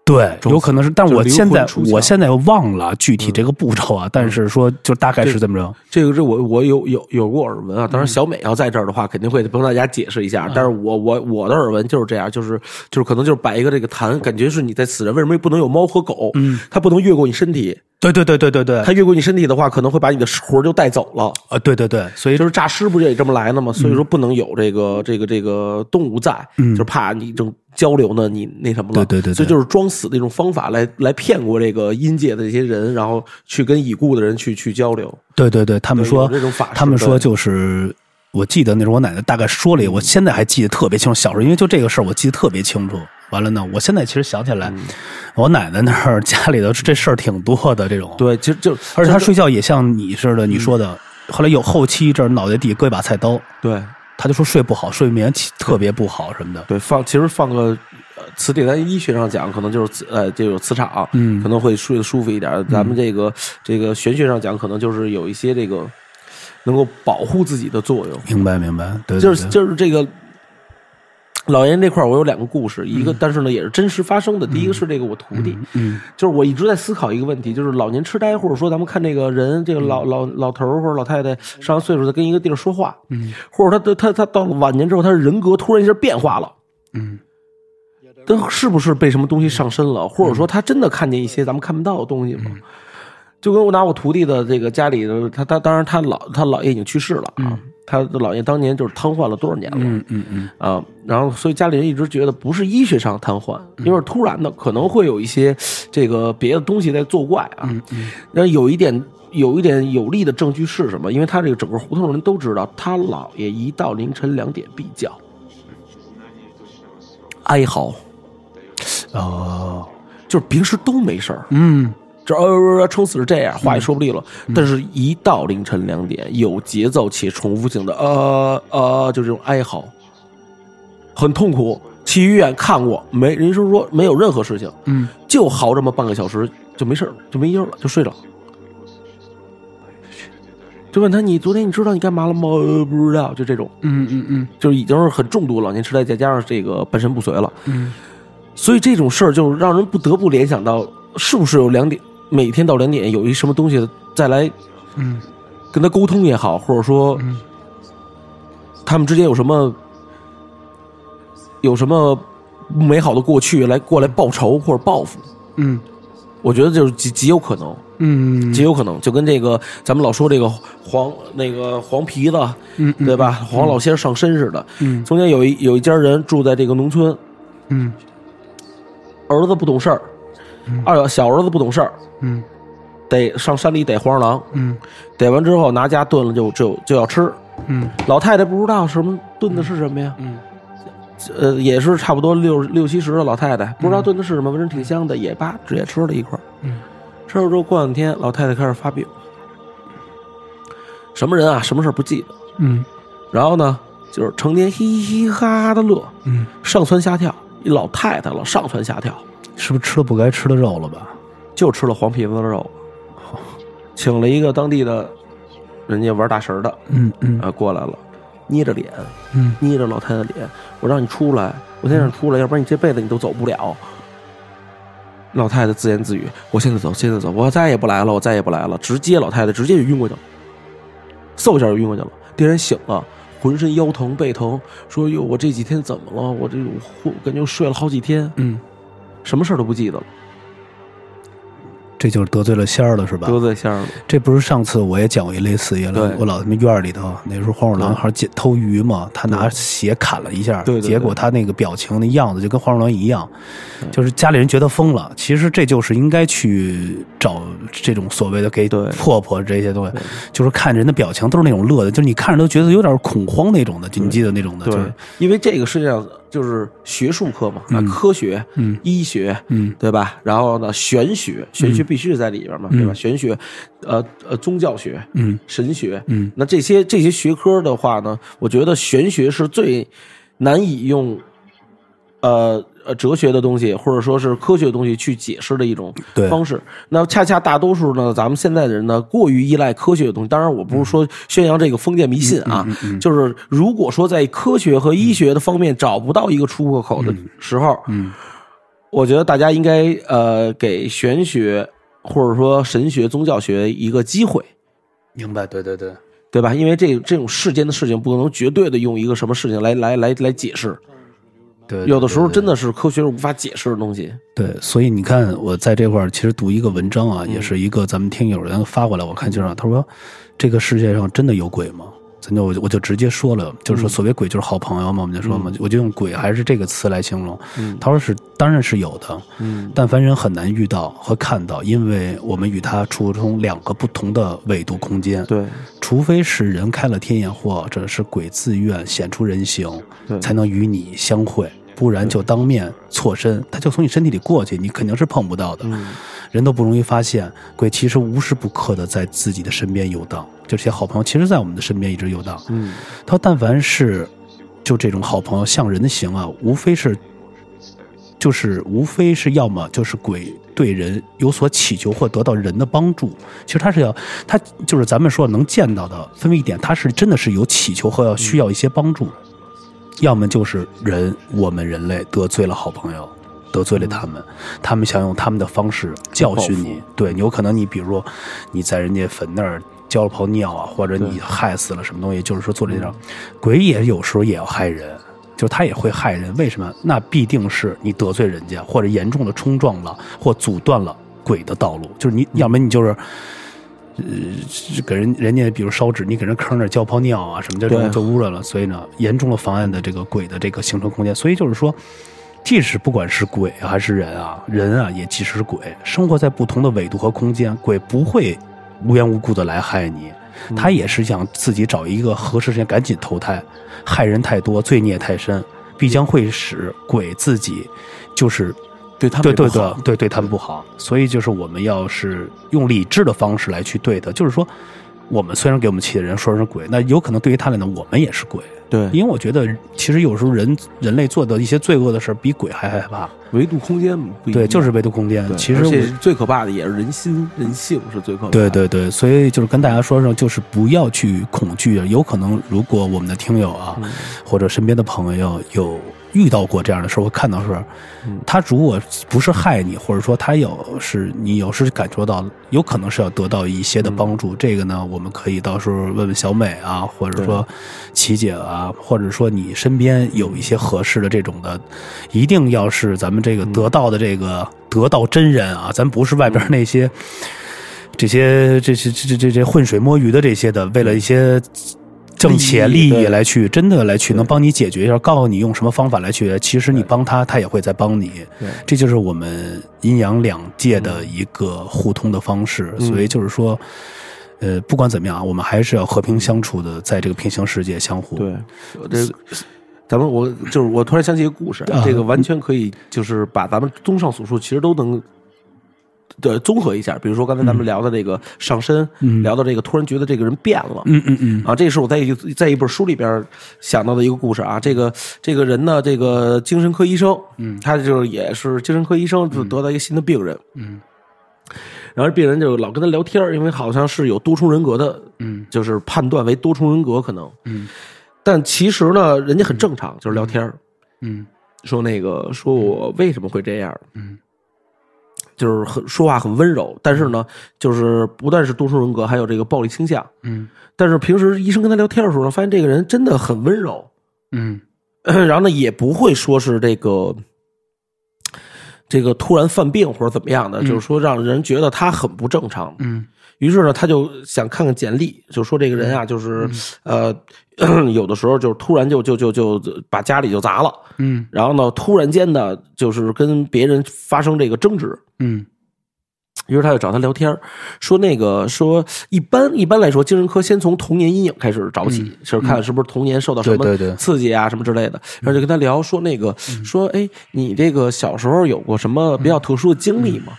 A: 对，
C: 中
A: 有可能是，但
C: 就是
A: 我
C: 灵
A: 现
C: 魂
A: 在
C: 出窍嗯
A: 我现在忘了具体这个步骤啊，但是说就大概是这么着。
C: 这个，这我我有有有过耳闻啊。当然，小美要在这儿的话，肯定会帮大家解释一下。但是我我我的耳闻就是这样，就是就是可能就是摆一个这个坛，感觉是你在死人，为什么不能有猫和狗？嗯，它不能越过你身体，
A: 对对对对对对，
C: 它越过你身体的话，可能会把你的魂儿就带走了。
A: 啊，对对对，所以
C: 就是诈尸不是也这么来的吗？所以说不能有这个、这个这个动物在，
A: 嗯
C: 就是怕你正交流呢，你那什么了。
A: 对对对对
C: 所以就是装死的一种方法来来骗过这个阴界的这些人，然后去跟已故的人去去交流。
A: 对对对，他们
C: 对
A: 说
C: 有这种法
A: 他们
C: 式嗯
A: 说
C: 对
A: 就是，我记得那时候我奶奶大概说了一，我现在还记得特别清楚。小时候因为就这个事儿，我记得特别清楚。完了呢，我现在其实想起来，
C: 嗯
A: 我奶奶那儿 家里头这事儿挺多的这种。，
C: 对，其实就嗯
A: 而且她睡觉也像你似的，你说的。后来有后期一阵儿脑袋底下搁一把菜刀，
C: 对
A: 她就说睡不好，睡眠起特别不好什么的。
C: 对放，其实放个。呃磁铁在医学上讲，可能就是磁呃，就有磁场，
A: 嗯
C: 可能会睡得舒服一点。咱们这个、这个玄学上讲，可能就是有一些这个能够保护自己的作用。
A: 明白明白，对对
C: 就
A: 对，
C: 是就是这个老严这块儿，我有两个故事，一个但是呢也是真实发生的。第一个是这个我徒弟，
A: 嗯
C: 就是我一直在思考一个问题，就是老年痴呆，或者说咱们看这个人，这个老老老头儿或者老太太上了岁数，他跟一个地儿说话，
A: 嗯
C: 或者他他他他到了晚年之后，他的人格突然一下变化了。
A: 嗯，
C: 他是不是被什么东西上身了，或者说他真的看见一些咱们看不到的东西吗？
A: 嗯
C: 就跟我拿我徒弟的这个家里的他他当然他老他姥爷已经去世了啊，他的姥爷当年就是瘫痪了多少年了？
A: 嗯嗯嗯，
C: 啊，然后所以家里人一直觉得不是医学上瘫痪，因为是突然的，可能会有一些这个别的东西在作怪啊。然后有一点有一点有力的证据是什么？因为他这个整个胡同人都知道，他姥爷一到凌晨两点必叫，哀嚎，
A: 哦，
C: 就是平时都没事儿，
A: 嗯，
C: 这呃撑死是这样，话也说不利落。但是，一到凌晨两点，有节奏且重复性的呃呃，就这种哀嚎，很痛苦。去医院看过，没人说说没有任何事情，
A: 嗯，
C: 就嚎这么半个小时就没事儿了，就没音儿了，就睡着了。就问他你昨天你知道你干嘛了吗？呃，不知道，就这种，
A: 嗯嗯嗯
C: 就是已经是很重度老年痴呆，再加上这个半身不遂了，
A: 嗯，
C: 所以这种事儿就让人不得不联想到，是不是有两点，每天到两点有一什么东西再来
A: 嗯
C: 跟他沟通也好，或者说他们之间有什么有什么不美好的过去来过来报仇或者报复，
A: 嗯
C: 我觉得就是极极有可能，
A: 嗯
C: 极有可能，就跟这个咱们老说这个黄那个黄皮子，
A: 嗯嗯
C: 对吧？黄老先生上身似的。
A: 嗯
C: 中间有一有一家人住在这个农村，
A: 嗯
C: 儿子不懂事儿，二小儿子不懂事儿，
A: 嗯
C: 得上山里逮黄鼠狼，
A: 嗯
C: 逮完之后拿家炖了就就就要吃。
A: 嗯
C: 老太太不知道什么炖的是什么呀，
A: 嗯
C: 呃，也是差不多六六七十的老太太，不知道炖的是什么，反正挺香的，也吧直接吃了一块儿。
A: 嗯
C: 吃了之后过两天，老太太开始发病，什么人啊，什么事儿不记得，
A: 嗯
C: 然后呢，就是成天嘻嘻哈哈的乐，
A: 嗯，
C: 上蹿下跳，一老太太了，上蹿下跳，
A: 是不是吃了不该吃的肉了吧？
C: 就吃了黄皮子的肉，
A: 哦
C: 请了一个当地的人家玩大神儿的
A: 嗯嗯
C: 啊过来了，捏着脸，
A: 嗯
C: 捏着老太太脸，我让你出来，我先让你出来，要不然你这辈子你都走不了。老太太自言自语：“我现在走，现在走，我再也不来了，我再也不来了。”直接老太太直接就晕过去了，嗖一下就晕过去了。第二天醒了，浑身腰疼背疼，说：“哟，我这几天怎么了？我这我感觉我睡了好几天，
A: 嗯，
C: 什么事儿都不记得了，
A: 这就是得罪了仙儿了是吧？
C: 得罪仙儿了。
A: 这不是上次我也讲过一类似原来
C: 对
A: 我老他妈院儿里头那时候黄鼠狼还捡偷鱼嘛，他拿血砍了一下，
C: 对对对
A: 结果他那个表情那样子就跟黄鼠狼一样，就是家里人觉得疯了。其实这就是应该去找这种所谓的给
C: 对
A: 破破这些东西，就是看人的表情都是那种乐的，就是你看着都觉得有点恐慌那种的，就你记得那种的，就
C: 对
A: 是，
C: 因为这个世界上就是学术科嘛，啊，
A: 嗯
C: 科学、
A: 嗯
C: 医学，
A: 嗯
C: 对吧？然后呢，玄学，玄学必须是在里边嘛，对吧？
A: 嗯
C: 玄学，呃呃，宗教学、
A: 嗯
C: 神学，
A: 嗯
C: 那这些这些学科的话呢，我觉得玄学是最难以用，呃呃，哲学的东西或者说是科学的东西去解释的一种
A: 对
C: 方式。那恰恰大多数呢，咱们现在的人呢，过于依赖科学的东西。当然，我不是说宣扬这个封建迷信
A: 嗯
C: 啊，就是如果说在科学和医学的方面找不到一个出口的时候，
A: 嗯
C: 我觉得大家应该呃给玄学或者说神学、宗教学一个机会。
A: 明白，对对对，
C: 对吧？因为这这种世间的事情，不可能绝对的用一个什么事情来来来来解释。
A: 对
C: 有的时候真的是科学是无法解释的东西。
A: 对，所以你看，我在这块儿其实读一个文章
C: 嗯
A: 啊，也是一个咱们听友人发过来，我看就是啊他说这个世界上真的有鬼吗？咱就我就我就直接说了，就是
C: 嗯
A: 说所谓鬼就是好朋友嘛，我们就说嘛，我就用鬼还是这个词来形容。他说是，当然是有的，
C: 嗯
A: 但凡人很难遇到和看到，因为我们与它处从两个不同的纬度空间。
C: 对
A: 除非是人开了天眼，或者是鬼自愿显出人形
C: 对，
A: 才能与你相会，不然就当面错身，他就从你身体里过去，你肯定是碰不到的。
C: 嗯
A: 人都不容易发现，鬼其实无时不刻的在自己的身边游荡，就这些好朋友，其实在我们的身边一直游荡。
C: 嗯，
A: 他说，但凡是就这种好朋友像人的形啊，无非是就是无非是要么就是鬼对人有所祈求或得到人的帮助，其实他是要他就是咱们说能见到的分为一点，他是真的是有祈求
C: 嗯
A: 和要需要一些帮助，要么就是人我们人类得罪了好朋友。得罪了他们，他们想用他们的方式教训
C: 嗯报
A: 你。对，有可能你比如说你在人家坟那儿浇了泡尿啊，或者
C: 对嗯
A: 你害死了什么东西，就是说做这种，鬼也有时候也要害人，就是他也会害人。为什么？那必定是你得罪人家，或者严重的冲撞了，或阻断了鬼的道路。就是
C: 嗯
A: 你，要么你就是。呃，是给人人家比如烧纸，你给人坑那儿浇泡尿啊什么的，这
C: 对
A: 种就污染了，所以呢，严重的妨碍的这个鬼的这个形成空间。所以就是说，即使不管是鬼还是人啊，人啊也即使是鬼，生活在不同的纬度和空间，鬼不会无缘无故的来害你，他也是想自己找一个合适时间赶紧投胎，害人太多，罪孽太深，必将会使鬼自己就是
C: 对他们
A: 对
C: 也不
A: 对
C: 好
A: 对对对他们不好，所以就是我们要是用理智的方式来去对他，就是说，我们虽然给我们气的人说是鬼，那有可能对于他来讲，我们也是鬼，
C: 对，
A: 因为我觉得其实有时候人人类做的一些罪恶的事儿比鬼还害怕，
C: 维度空间不一样
A: 对，就是维度空间
C: 对。
A: 其实
C: 而
A: 我
C: 且最可怕的也是人心人性是最可怕的。
A: 对对对，所以就是跟大家说说，就是不要啊去恐惧。有可能，如果我们的听友啊，或者身边的朋友有遇到过这样的事儿，我看到是，他如果不是害你，或者说他有是你有是感受到，有可能是要得到一些的帮助。这个呢，我们可以到时候问问小美啊，或者说琪姐啊，或者说你身边有一些合适的这种的，一定要是咱们这个得到的这个得到真人啊，咱不是外边儿那些。这些这些这这这这浑水摸鱼的这些的，为了一些挣钱
C: 利
A: 利
C: 益
A: 益
C: 对
A: 来去，真的来去能帮你解决一下，告诉你用什么方法来去，其实你帮他，他也会在帮你
C: 对。
A: 这就是我们阴阳两界
C: 嗯
A: 的一个互通的方式，所以就是说。呃，不管怎么样啊，我们还是要和平相处的，在这个平行世界相互。
C: 对，我这咱们我就是我突然想起一个故事，
A: 啊
C: 这个完全可以就是把咱们综上所述其实都能。的综合一下，比如说刚才咱们聊的这个上身，聊到这个突然觉得这个人变了，
A: 嗯嗯嗯，
C: 啊，这是我在一在一本书里边想到的一个故事啊。这个这个人呢，这个精神科医生，嗯，他就是也是精神科医生，就得到一个新的病人，嗯。然后病人就老跟他聊天儿，因为好像是有多重人格的，嗯，就是判断为多重人格可能，嗯。但其实呢，人家很正常，就是聊天儿，
A: 嗯
C: 说那个说我为什么会这样？嗯，就是很说话很温柔，但是呢，就是不但是多重人格，还有这个暴力倾向。
A: 嗯
C: 但是平时医生跟他聊天的时候呢，发现这个人真的很温柔，
A: 嗯
C: 然后呢也不会说是这个这个突然犯病或者怎么样的，就是说让人觉得他很不正常。
A: 嗯
C: 于是呢，他就想看看简历，就说这个人啊，就是、呃， 有的时候就是突然就就就就把家里就砸了，
A: 嗯
C: 然后呢，突然间呢，就是跟别人发生这个争执，
A: 嗯
C: 于是他就找他聊天儿，说那个说一般一般来说，精神科先从童年阴影开始找起，是看是不是童年受到
A: 嗯
C: 什
A: 对
C: 么
A: 对对嗯
C: 刺激啊什么之类的，然后就跟他聊说那个说哎，你这个小时候有过什么
A: 嗯
C: 比较特殊的经历吗？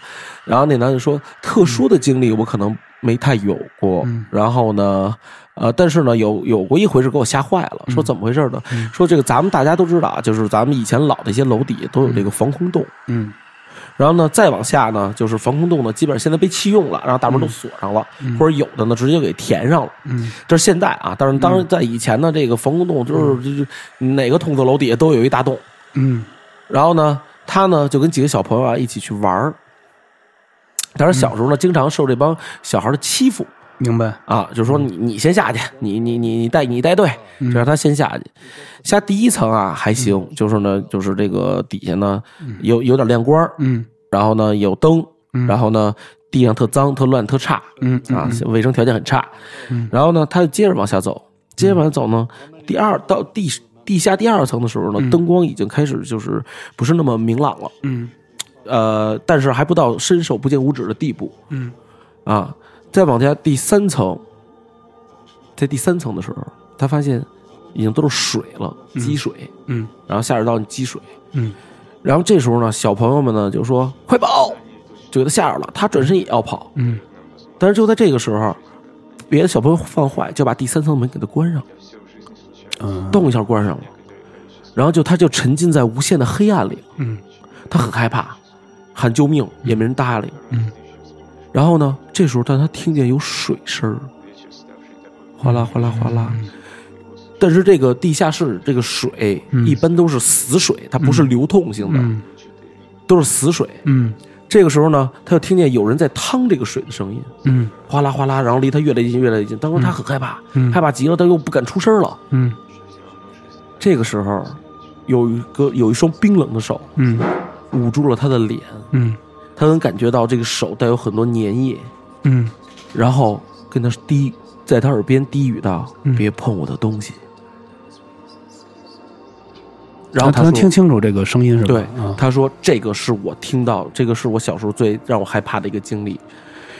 C: 然后那男的说特殊的经历我可能没太有过，
A: 嗯
C: 然后呢。呃，但是呢，有有过一回是给我吓坏了，
A: 嗯
C: 说怎么回事呢？说这个咱们大家都知道啊，就是咱们以前老的一些楼底下都有这个防空洞，
A: 嗯
C: 然后呢，再往下呢，就是防空洞呢，基本上现在被弃用了，然后大门都锁上了，或者有的呢直接给填上了。
A: 嗯，
C: 这是现在啊，但是当然在以前呢，这个防空洞就是、就是哪个筒子楼底下都有一大洞。
A: 嗯
C: 然后呢，他呢就跟几个小朋友啊一起去玩儿。但是小时候呢，经常受这帮小孩的欺负
A: 明白。
C: 啊，就是说你你先下去，你你你你带你带队，
A: 嗯
C: 就让他先下去。下第一层啊还行，就是呢，就是这个底下呢有有点亮光儿，
A: 嗯
C: 然后呢有灯，然后呢地上特脏、特乱、特差
A: 嗯
C: 啊，卫生条件很差。然后呢，他就接着往下走，接着往下走呢，
A: 嗯
C: 第二到地地下第二层的时候呢，灯光已经开始就是不是那么明朗了，
A: 嗯
C: 呃，但是还不到伸手不见五指的地步
A: 嗯
C: 啊。再往下第三层，在第三层的时候，他发现已经都是水了，积水，
A: 嗯
C: 然后下水道积水，
A: 嗯
C: 然后这时候呢，小朋友们呢就说：“快跑！”就给他吓着了。他转身也要跑，
A: 嗯
C: 但是就在这个时候，别的小朋友犯坏，就把第三层门给他关上，
A: 嗯
C: 动一下关上了。然后就他就沉浸在无限的黑暗里，
A: 嗯
C: 他很害怕，喊救命也没人搭理。
A: 嗯
C: 然后呢，这时候但他听见有水声儿，哗啦哗啦哗啦。但是这个地下室这个水一般都是死水，它不是流动性的，
A: 嗯
C: 都是死水。
A: 嗯
C: 这个时候呢，他就听见有人在趟这个水的声音，
A: 嗯
C: 哗啦哗啦，然后离他越来越近，越来越近。当时他很害怕，
A: 嗯
C: 害怕极了，但又不敢出声了。
A: 嗯
C: 这个时候，有一个有一双冰冷的手
A: 嗯
C: 捂住了他的脸，
A: 嗯
C: 他能感觉到这个手带有很多粘液，
A: 嗯
C: 然后跟他低在他耳边低语道：“
A: 嗯
C: 别碰我的东西。”然后
A: 他
C: 说
A: 能听清楚这个声音是吧？
C: 对，
A: 啊，
C: 他说这个是我听到，这个是我小时候最让我害怕的一个经历。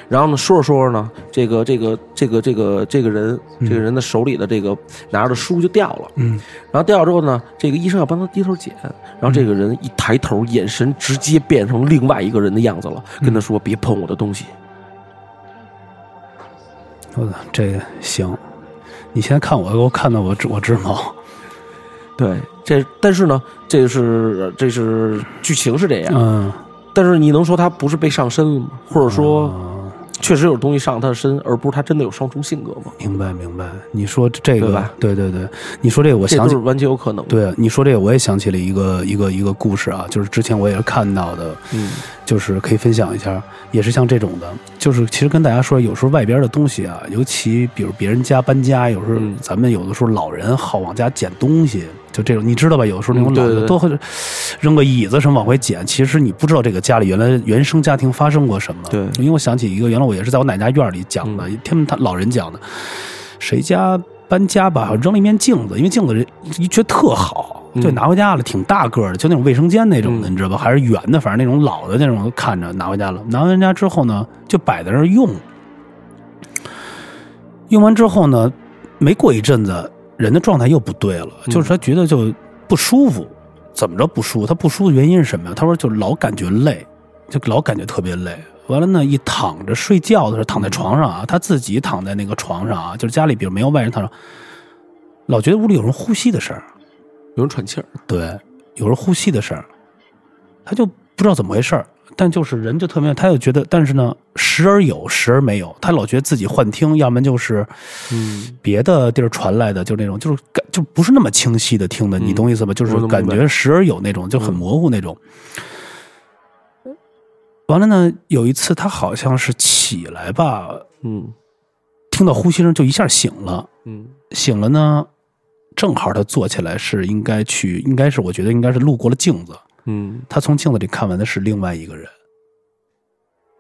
C: 然后呢，说着说着呢，这个这个这个这个这个人，这个人的手里的这个拿着的书就掉了。
A: 嗯
C: 然后掉了之后呢，这个医生要帮他低头捡，然后这个人一抬头，眼神直接变成另外一个人的样子了，
A: 嗯
C: 跟他说：“别碰我的东西。
A: 我操，这个行。你先看我，给我看到我直我直毛。”
C: 对，这但是呢，这是这是剧情是这样，
A: 嗯，
C: 但是你能说他不是被上身了吗？或者说
A: 啊
C: 确实有东西上他的身，而不是他真的有双重性格嘛，
A: 明白明白。你说这个
C: 对吧？
A: 对对对，你说这个我
C: 这
A: 想
C: 都
A: 起
C: 是完全有可能的。
A: 对，啊你说这个我也想起了一个一个一个故事啊，就是之前我也是看到的，
C: 嗯，
A: 就是可以分享一下，也是像这种的，就是其实跟大家说，有时候外边的东西啊，尤其比如别人家搬家，有时候
C: 嗯
A: 咱们有的时候老人好往家捡东西，就这种你知道吧？有时候那种
C: 嗯
A: 老
C: 对对
A: 人
C: 对
A: 都会扔个椅子什么往回捡，其实你不知道这个家里原来原生家庭发生过什么。
C: 对嗯
A: 因为我想起一个，原来我也是在我奶奶家院里讲的，他们他老人讲的，谁家搬家吧，好像扔了一面镜子，因为镜子人一觉得特好，
C: 嗯
A: 就拿回家了，挺大个儿的，就那种卫生间那种的，
C: 嗯
A: 你知道吧？还是圆的，反正那种老的那种，看着拿回家了。拿回家之后呢，就摆在那儿用，用完之后呢，没过一阵子，人的状态又不对了，就是他觉得就不舒服。怎么着不舒服？他不舒服的原因是什么呀？他说就老感觉累，就老感觉特别累。完了呢，一躺着睡觉的时候，躺在床上啊，他自己躺在那个床上啊，就是家里比如没有外人躺上，老觉得屋里有人呼吸的声儿，
C: 有人喘气儿，
A: 对，有人呼吸的声儿，他就不知道怎么回事儿。但就是人就特别，他就觉得，但是呢，时而有，时而没有，他老觉得自己幻听，要么就是
C: 嗯，
A: 别的地儿传来的，就那种，就是感就不是那么清晰的听的，你
C: 嗯
A: 懂意思吧？就是
C: 我能
A: 感
C: 明白
A: 觉时而有那种，就很
C: 嗯
A: 模糊那种。完了呢，有一次他好像是起来吧，
C: 嗯
A: 听到呼吸声就一下醒了，
C: 嗯
A: 醒了呢，正好他坐起来是应该去，应该是我觉得应该是路过了镜子，
C: 嗯，
A: 他从镜子里看完的是另外一个人，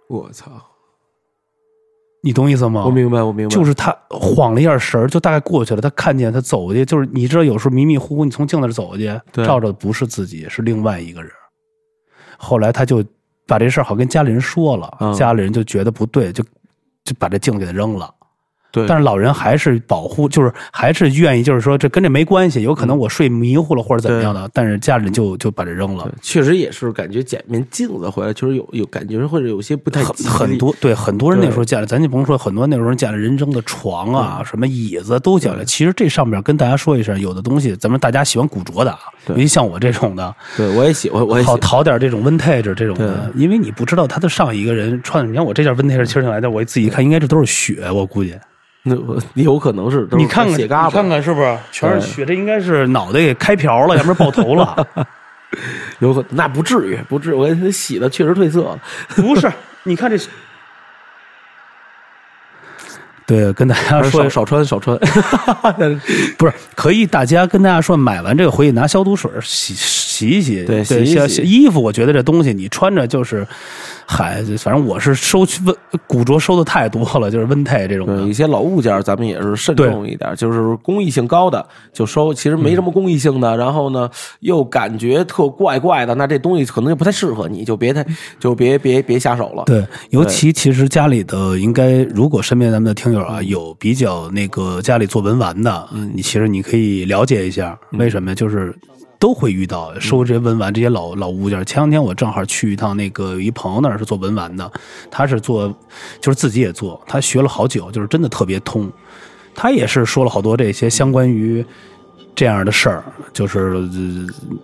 C: 我操，
A: 你懂意思吗？
C: 我明白，我明白，
A: 啊就是他晃了一下神儿，就大概过去了。他看见他走过去，就是你知道，有时候迷迷糊糊，你从镜子里走过去，
C: 对
A: 照着的不是自己，是另外一个人。后来他就把这事儿好跟家里人说了，
C: 嗯
A: 家里人就觉得不对，就就把这镜子给他扔了。
C: 对，
A: 但是老人还是保护，就是还是愿意，就是说这跟这没关系，有可
C: 嗯
A: 能我睡迷糊了或者怎么样的，但是家里人就就把这扔了
C: 对。确实也是感觉捡面镜子回来，确实有有感觉，或者有些不太
A: 很
C: 吉利
A: 很多对很多人那时候家里，咱就甭说很多那时候家里人扔的床啊、什么椅子都捡来。其实这上面跟大家说一声，有的东西咱们大家喜欢古着的啊，尤
C: 对
A: 其像我这种的，
C: 对，我也喜欢，我也喜
A: 好
C: 欢，
A: 淘点这种 vintage 这种的，因为你不知道他的上一个人穿，你看我这件 vintage 清进来的，我自己一看应该这都是血，我估计。
C: 那我有可能是都是
A: 你看看，
C: 血
A: 你
C: 嘎巴，
A: 看看是不是全是
C: 对
A: 血？这应该是脑袋给开瓢了，要不然爆头 了。
C: 有可那不至于，不至于，我给他洗的确实褪色了，
A: 不是，你看这。 对，跟大家说
C: 少少穿少穿，
A: 不是，可以大家跟大家说，买完这个回去拿消毒水儿洗洗一洗，
C: 对洗一
A: 像
C: 洗
A: 衣服，我觉得这东西你穿着就是，嗨，反正我是收去温古着收的太多了，就是温泰这种
C: 对，一
A: 的。
C: 些老物件儿咱们也是慎
A: 嗯对
C: 重一点儿，就是公益性高的就收，其实
A: 嗯
C: 没什么公益性的，然后呢又感觉特怪怪的，那这东西可能就不太适合你，就别太就别别别下手了。
A: 对，尤其其实家里的应该，如果身边咱们的听友啊有比较那个家里做文玩的，嗯你其实你可以了解一下，
C: 嗯
A: 为什么呀？就是都会遇到收这些文玩这些老老物件儿。前两天我正好去一趟那个有一朋友那儿是做文玩的，他是做就是自己也做，他学了好久，就是真的特别通。他也是说了好多这些相关于这样的事儿，就是、呃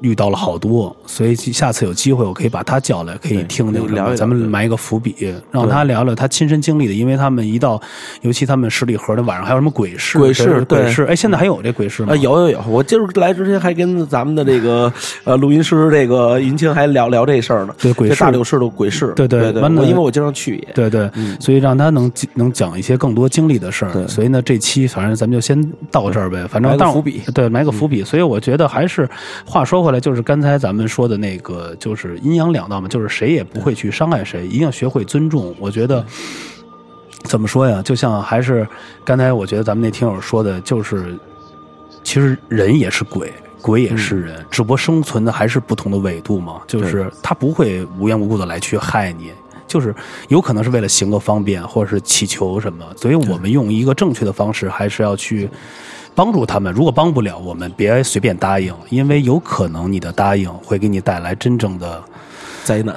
A: 遇到了好多，所以下次有机会我可以把他叫来，可以
C: 对
A: 听听
C: 可以聊一聊
A: 咱们
C: 对
A: 埋一个伏笔，让他聊聊他亲身经历的，因为他们一到，尤其他们十里河的晚上还有什么鬼市，
C: 鬼市
A: 对鬼
C: 对
A: 市，哎，现在还有这鬼市吗？
C: 啊，有有有！我今儿来之前还跟咱们的这个呃录音师这个云清还聊聊这事儿呢。
A: 对鬼
C: 这
A: 市
C: 大柳市的鬼市，
A: 对对
C: 对
A: 完了
C: 我因为我经常去也。
A: 对对，所以让他能能讲一些更多经历的事儿。
C: 嗯对
A: 所以呢，这期反正咱们就先到这儿呗，反正
C: 埋个
A: 但是
C: 伏笔嗯
A: 对，埋个伏笔。所以我觉得还是话说回来，就是刚才咱们说的那个，就是阴阳两道嘛，就是谁也不会去伤害谁，一定要学会尊重。我觉得。怎么说呀？就像还是刚才我觉得咱们那听友说的，就是其实人也是鬼，鬼也
C: 嗯
A: 是人，只不过生存的还是不同的纬度嘛。就是他不会无缘无故的来去害你，就是有可能是为了行个方便，或者是祈求什么。所以我们用一个正确的方式，还是要去帮助他们。如果帮不了，我们别随便答应，因为有可能你的答应会给你带来真正的。
C: 灾难。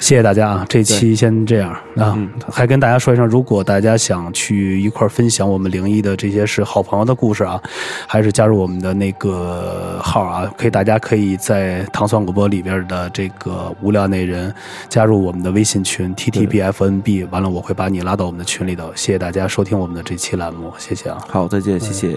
A: 谢谢大家啊！这期先这样啊，
C: 嗯
A: 还跟大家说一声，如果大家想去一块儿分享我们灵异的这些是好朋友的故事啊，还是加入我们的那个号啊，可以大家可以在糖蒜广播里边的这个无聊那人加入我们的微信群 T T B F N B，完了我会把你拉到我们的群里头。谢谢大家收听我们的这期栏目，谢谢啊。
C: 好，再见，谢谢。